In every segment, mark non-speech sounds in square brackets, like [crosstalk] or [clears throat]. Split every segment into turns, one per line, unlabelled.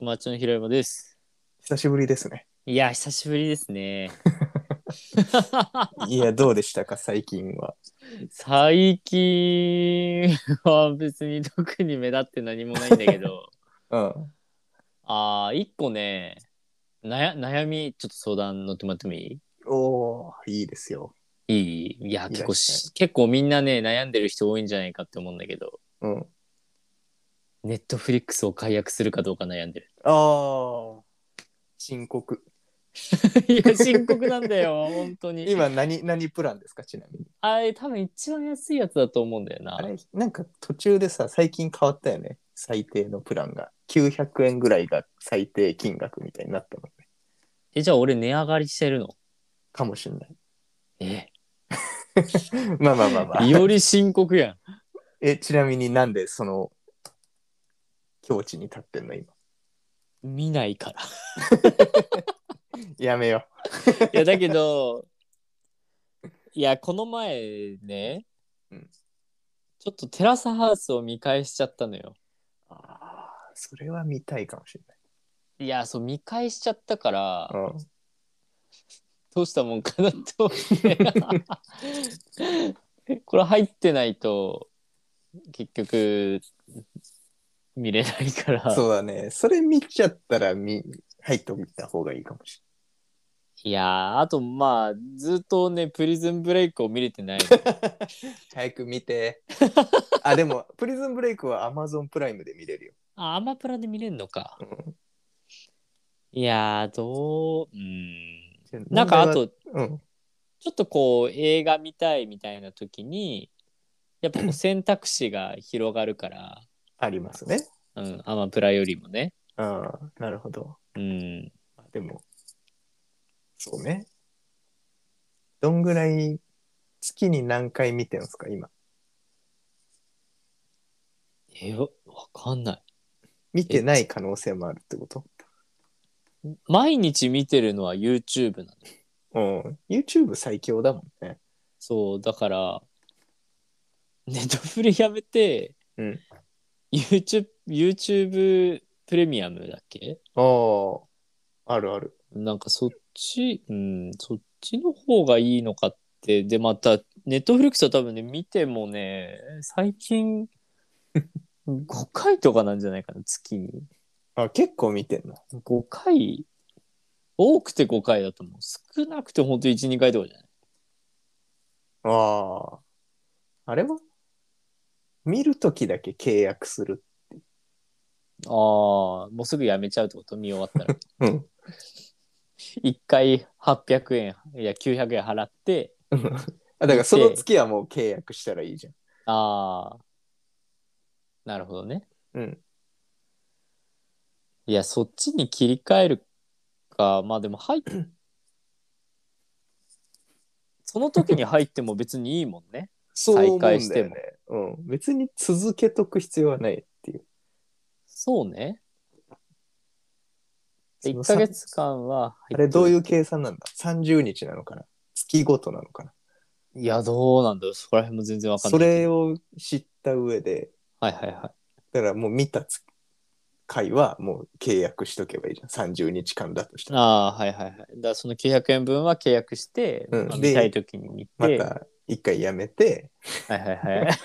マッチョのひろやまです。
久しぶりですね。
いや、久しぶりですね。
いや、どうでしたか、最近は。
最近は別に特に目立って何もないんだけど、
うん。
あー、一個ね、なや悩み、ちょっと相談乗ってもらってもい
おー、いいですよ。
いいいいや、
いいです
結
ね
構し、結構みんなね、悩んでる人多いんじゃないかって思うんだけど、
うん。
ネットフリックスを解約するかどうか悩ん
[laughs]
でる。
あー、深刻。
いや、深刻なんだよ、本当に。
今、何、何プランですか、ちなみに。
あれ、多分一番安いやつだと思うんだよな
あ。れ、なんか途中でさ、最近変わったよね。最低のプランが。900円ぐらいが最低金額みたいになったのね。
え、じゃあ俺値上がりしてるの
かもしんない。
え
まあまあまあまあ。
より深刻やん。
[laughs] え、ちなみになんでその、境地に立ってんの、今。
見ないから。
やめよ
いや、だけど、いや、この前ね、
うん
ちょっとテラスハウスを見返しちゃったのよ。
う。あー、それは見たいかもしん
いや、そう、見返しちゃったから、
ない。うん。
どうしたもんかなと思って。 [laughs] これ入ってないと、結局、見れないから。
そうだね。それ見ちゃったら見、入っておいた方がいいかもし
いやー、あと、まあ、ずっとね、プリズンブレイクを見れて
[laughs]
ないの。
れない。早く見て。 [laughs] あ、でも、プリズンブレイクは Amazon プライムで見れるよ。
あ、アマプラで見れんのか。
うん
いやー、どう、うん。
じゃ
なんかあ、
問
と、
題はうん。
ちょっとこう、映画見たいみたいな時に、やっぱこう選択肢が広がるから、
ありますね。
うん、アマプラよりもね。
うん。なるほど。
うん。
でも、そうね。どんぐらい、月に何回見てんすか、今。
え、わかんない。
見てない可能性もあるってこと
毎日見てるのは YouTube なの。
うん。YouTube 最強だもんね。
そう、だから、ネットフリやめて、
うん。
YouTube、YouTube プレミアムだっけ
ああ、あるある。
なんかそっち、うん、そっちの方がいいのかって。で、また、ネットフリックスは多分ね、見てもね、最近、5回とかなんじゃないかな、月に。
あ、結構見てんの。
5回多くて5回だと思う。少なくてほんと1、2回とかじゃない
ああ。あれは見るときだけ契約する。
ああ、もうすぐやめちゃうってこと見終わったら。
[laughs] うん。
1回800円、いや、900円払って、
あだからその月はもう契約したらいいじゃん。
ああ、なるほどね。
うん。
いや、そっちに切り替えるか、まあでも
[clears throat]
入っ、その時に入っても別にいいもんね。
そう思うんだよ
再開
ね。
しても
うん。別に続けとく必要はないっていう。
そうね。
その
1ヶ月間は
あれどういうう計算なんだ ?30 日なのかな月ごとなのかない
や、どうなんだろう。そこら辺も全然わかんな
そ
いけど。
れを知った上で、
はいはいはい。
だからもう見た月回はもう契約しとけばいいじゃん。30日間だとしたら。
ああ、はいはいはい。だからその900円分は契約して、
うん
まあ
で
見たい時に見て、
また一回やめて、
はいはい
[laughs]
はい。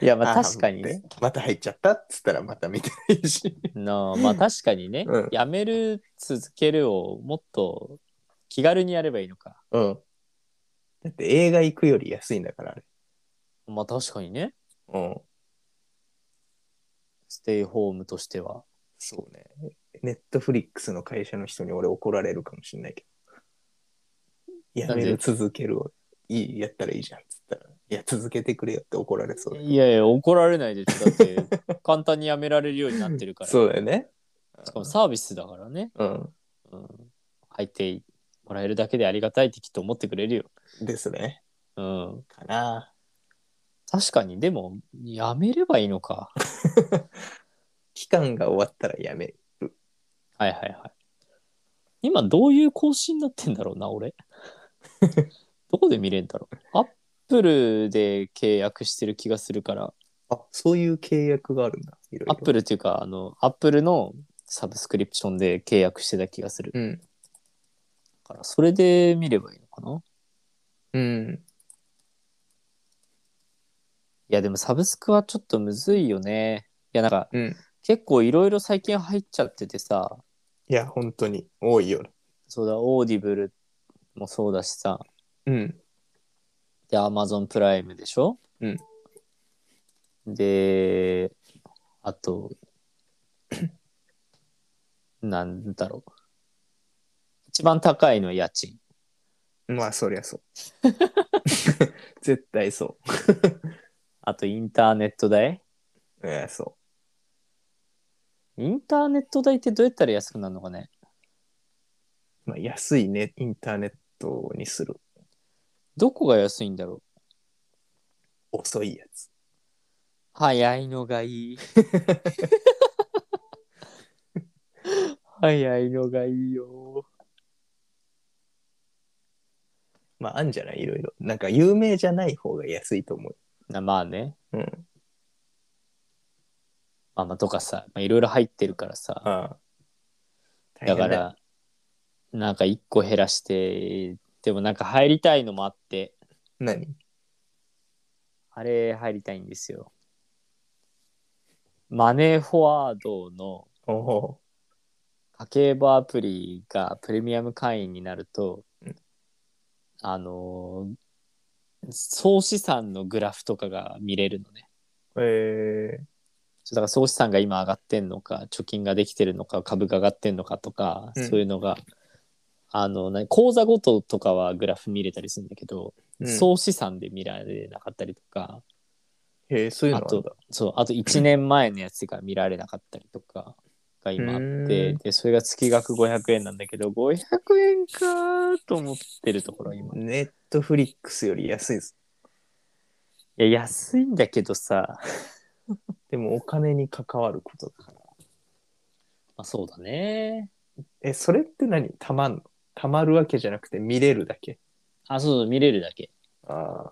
[laughs] いや、まあ確かにね。
あ。また入っちゃったっつったらまた見てないし。
なあまあ確かにね、
うん
やめる続けるをもっと気軽にやればいいのか
うん。だって映画行くより安いんだから、あれ。
まあ確かにね
うん。
ステイホームとしては
そうね。ネットフリックスの会社の人に俺怒られるかもしれないけど。や
な
め
んで
る続けるをいいやったらいいじゃんっつったら。いや、続けてくれよって怒られそうだよ
いやいや怒られないでしょだって
[laughs]
簡単にやめられるようになってるからし
そうだよね。
かもサービスだからね、
うん。
うん、入ってもらえるだけでありがたいってきっと思ってくれるよ、
ですね。
うん、
かな。
確かにでもやめればいいのか
期間が終わったらやめる。
はいはいはい今どういう更新になってんだろうな俺どこで見れんだろうアップルで契約してる気がするから
あ、そういう契約があるんだ。いろいろ
アップルっていうか、あの、アップルのサブスクリプションで契約してた気がする
うん。
から、それで見ればいいのかな
うん。
いや、でもサブスクはちょっとむずいよね。いや、なんか、
うん。
結構いろいろ最近入っちゃっててさ、
いや、本当に多いよ。
そうだ、オーディブルもそうだしさ、
うん。
で、アマゾンプライムでしょ
うん。
で、あと、 [coughs] なんだろう。一番高いのは家賃。
まあ、そりゃ [laughs] そう。絶対そ
あとインターネット代
う。ええ、そ
インターネット代ってどうやったら安くなるのかね
う。まあ、安いね、インターネットにする。
どこが安いんだろう
遅いやつ。
早いのがいい。 [laughs] 早いのがいいよ。
まあ、あんじゃないいろいろ。なんか、有名じゃない方が安いと思う。
なまあね。
うん。
まあまあとかさ、まあ、いろいろ入ってるからさ。
ああ。大
だ
変
か
よ。
ら、なんか一個減らして、でもなんか入りたいのもあって、
何
あれ入りたいんですよ。マネーフォワードの
おお
家計簿アプリがプレミアム会員になると
うん、
あのー総資産のグラフとかが見れるのね。
ー。ええ
そうだから総資産が今上がってんのか、貯金ができてるのか、株が上がってんのかとか、
うん
そういうのが、あの、な口座ごととかはグラフ見れたりするんだけど、
うん
総資産で見られなかったりとか、
へえ、そういう
あ
のあんだ
と。そうあと1年前のやつが見られなかったりとかが今あって
うん
でそれが月額500円なんだけど500円かーと思ってるところ今い
ネットフリックスより安いです。
や安いんだけどさ、
でもお金に関わることだから。
まあ、そうだね
え、それって何たまんのたまるわけじゃなくて見れるだけ。
あそうそう見れるだけ
ああ。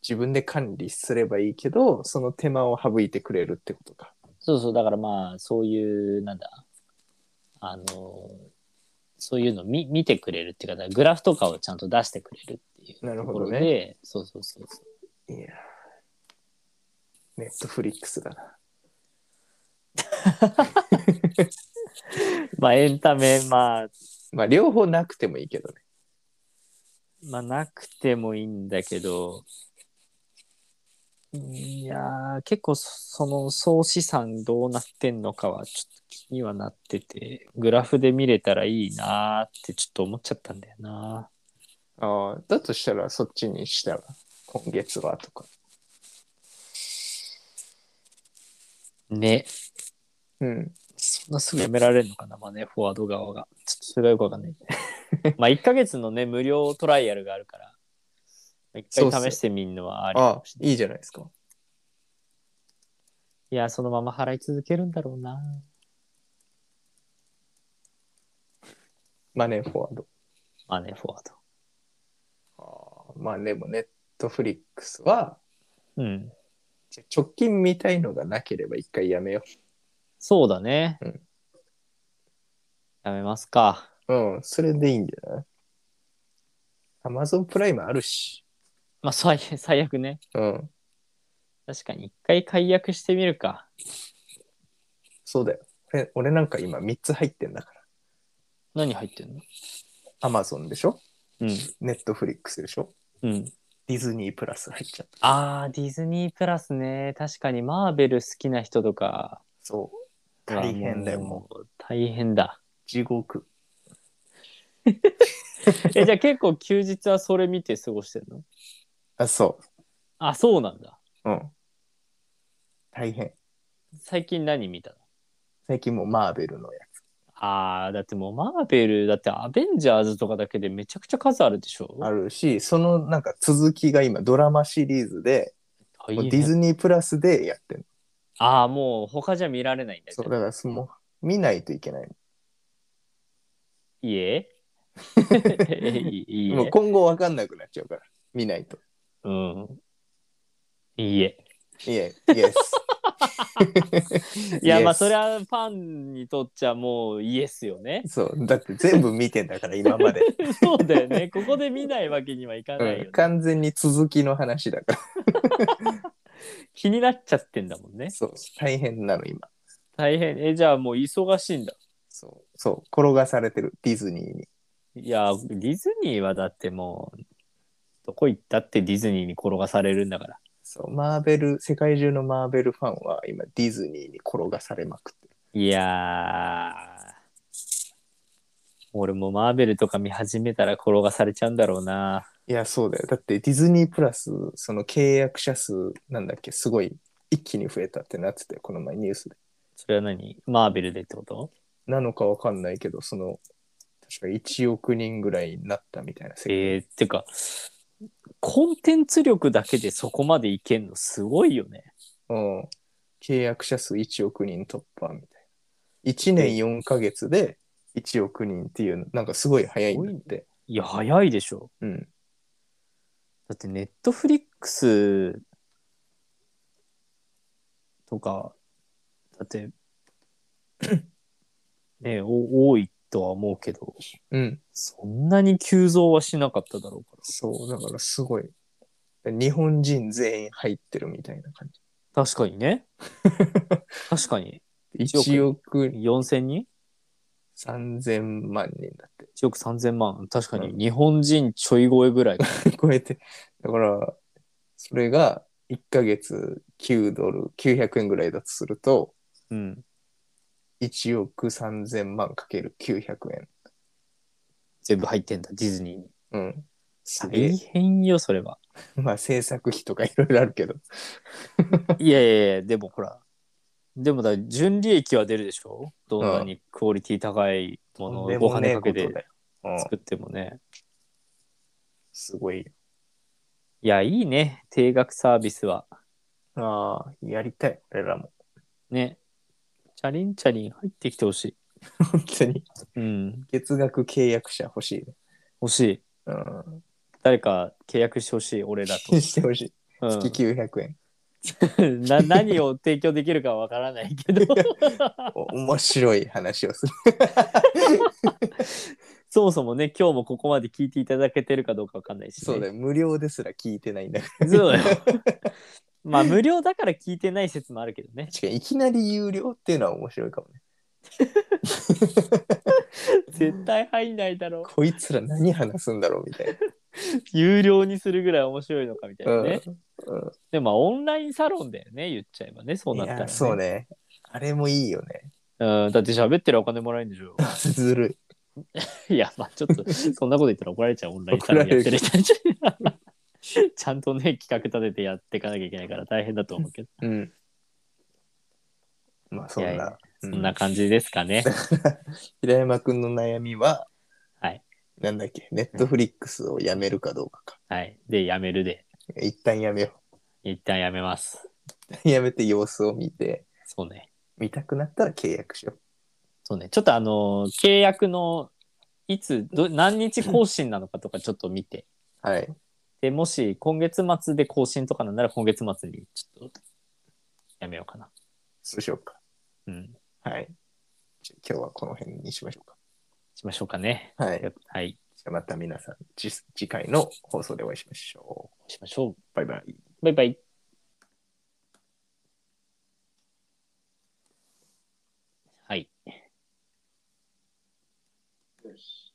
自分で管理すればいいけど、その手間を省いてくれるってことか。
そうそうだからまあそういうなんだあのそういうの見見てくれるっていうかグラフとかをちゃんと出してくれるっていう
なる
と
ほ
こ
ど
ろ
ね
で、そうそうそうそう
いやー。ネットフリックスだな。
まあエンタメまあ
まあ、両方なくてもいいけどね。
まあ、なくてもいいんだけど、いやー、結構そ、その総資産どうなってんのかは、ちょっと気にはなってて、グラフで見れたらいいなーってちょっと思っちゃったんだよな。
ああ。だとしたら、そっちにしたら、今月はとか。
ね。
うん。
そんなすぐやめられるのかな、まあね、フォワード側が。ちょっとそれがよくわかんない。 [laughs] まあ、1ヶ月のね、無料トライアルがあるから、
そう
一
っす
回試してみるのはあり。
ああ、いいじゃないですか。
いや、そのまま払い続けるんだろうな。
マネーフォワード。
まあね、フォワー
あーまあでもネットフリックスは
ド。うん。
じゃあ直近見たいのがなければ一回やめよ
そうだね。
うん
やめますか。
う。うん、それでいいんじゃないアマゾンプライムあるし。
まあ最最悪ね。
うん、
確かに一回解約してみるか。
そうだよ。え俺なんか今3つ入ってんだから。
何入ってんの
アマゾンでしょ
うん。
ネットフリックスでしょ
うん。
ディズニープラス入っちゃった。
あー、ディズニープラスね。確かにマーベル好きな人とか。
そう。大変だよ、
うわ
もう。
う。大変だ。
地獄。
え、じゃあ結構休日はそれ見て過ごしてんの [laughs]
あ、そ
あ、そうなんだ。
う。うん。大変。
最近何見たの
最近もうマーベルのやつ。
あー、だってもうマーベル、だってアベンジャーズとかだけでめちゃくちゃ数あるでしょ
あるし、そのなんか続きが今ドラマシリーズで、
大
もう
変
ディズニープラスでやってる
あー、もう他じゃ見られないんだけ
そう、
ど。
だからその、見ないといけない。
いいえ。いい
[laughs] もう
え。
今後わかんなくなっちゃうから、
[laughs]
見ないと。
うん。いいえ。
いえ、イエス。
[laughs] いや、
Yes。
まあ、それはファンにとっちゃもうイエスよね [laughs]
そう、だって全部見てんだから、今まで。
そうだよね。ここで見ないわけにはいかないよ
う
ね
ん。完全に続きの話だから。
気になっちゃってんだもんね。
そう、大変なの、今。
大変。え、じゃあもう忙しいんだ。
そう、そう、転がされてる、ディズニーに。
いや、ディズニーはだってもう、どこ行ったってディズニーに転がされるんだから。
そう、マーベル、世界中のマーベルファンは今、ディズニーに転がされまくってる。
いやー。俺もマーベルとか見始めたら転がされちゃうんだろうな。
いや、そうだよ。だって、ディズニープラス、その契約者数、なんだっけ、すごい、一気に増えたってなってて、この前ニュースで。
それは何マーベルでってこと
なのかわかんないけど、その、確か1億人ぐらいになったみたいな。
えー、ってか、コンテンツ力だけでそこまでいけんのすごいよね。
うん。契約者数1億人突破みたいな。1年4ヶ月で1億人っていう、なんかすごい早いんだって。
いや、早いでしょ。
うん。
だってネットフリックスとか、だって、 [coughs] ねお多いとは思うけど、
うん。
そんなに急増はしなかっただろうか
そう、だからすごい。日本人全員入ってるみたいな感じ。
ら。確かに
[laughs]
ね。確かに。
1億
4000人
3000万人だっ
?1 億3000万。確か
う
に日本人ちょい超えぐらいか。
て。超えて。だから、それが1ヶ月9ドル、900円ぐらいだとすると、
うん。
1億3000万かける900円。
全部入ってんだ、ディズニーに。
うん。すげえ
大。変よ、それは。
まあ制作費とかいろいろあるけど。
いやいやいや、でもほら、でもだ、純利益は出るでしょどんなにクオリティ高いものをお金かけて
うん
作ってもね。
すごい。
いや、いいね、定額サービスは。
ああ、やりたい、俺らも。 [laughs]
ね。チャリンチャリン入ってきてほしい。
本当に。
うん、
月額契約者欲しいね。
欲しい。
うん。
誰か契約してほしい、俺らと。
してほしい。月900円。
うん、 [laughs] な何を提供できるかはわからないけど、
お面白い話をする。
[laughs] そもそもね、今日もここまで聞いていただけてるかどうかわかんないし、ね。
そうだよ。無料ですら聞いてないんだから。
そうだよ。
[laughs]
まあ無料だから聞いてない説もあるけどね。
確かに、いきなり有料っていうのは面白いかもね。
絶対入んないだろう。
こいつら何話すんだろうみたい
有料にするぐらい面白いのかみたい
な。
な [laughs] ね。
うん
でもまあオンラインサロンだよね、言っちゃえばね、そうなった
い
ら、ね。
やそうね。あれもいいよね。
うん、だって喋ってるお金もらえるんでしょ。 [laughs]
ずるい。
いや、まあちょっ
[laughs]
と、そんなこと言ったら怒られちゃう、オンラインサロンやってる人たち。 [laughs] ちゃんとね、企画立ててやっていかなきゃいけないから大変だと思うけど、
うん。まあ、そん
いやい
な。
そんな感じですかね。 [laughs]
平山くんの悩みは、
はい。
なんだっけ、ネットフリックスをやめるかどうかか。
はい。で、やめるで、
一旦やめよ
一旦やめます。
う。 [laughs] やめて様子を見て、
そうね。
見たくなったら契約しよ
そうね、ちょっとあのー契約のいつど何日更新なのかとかちょっと見て、
う。はい。
でもし今月末で更新とかなんなら今月末にちょっとやめようかな。
そうしようか。
うん、
はい。じゃあ今日はこの辺にしましょう
しましょうかね。
か。はい。じゃ
はい、
あまた皆さん、次次回の放送でお会いしましょう。
しましょ
バイバイ。
う。バイバイ。はい。
よし。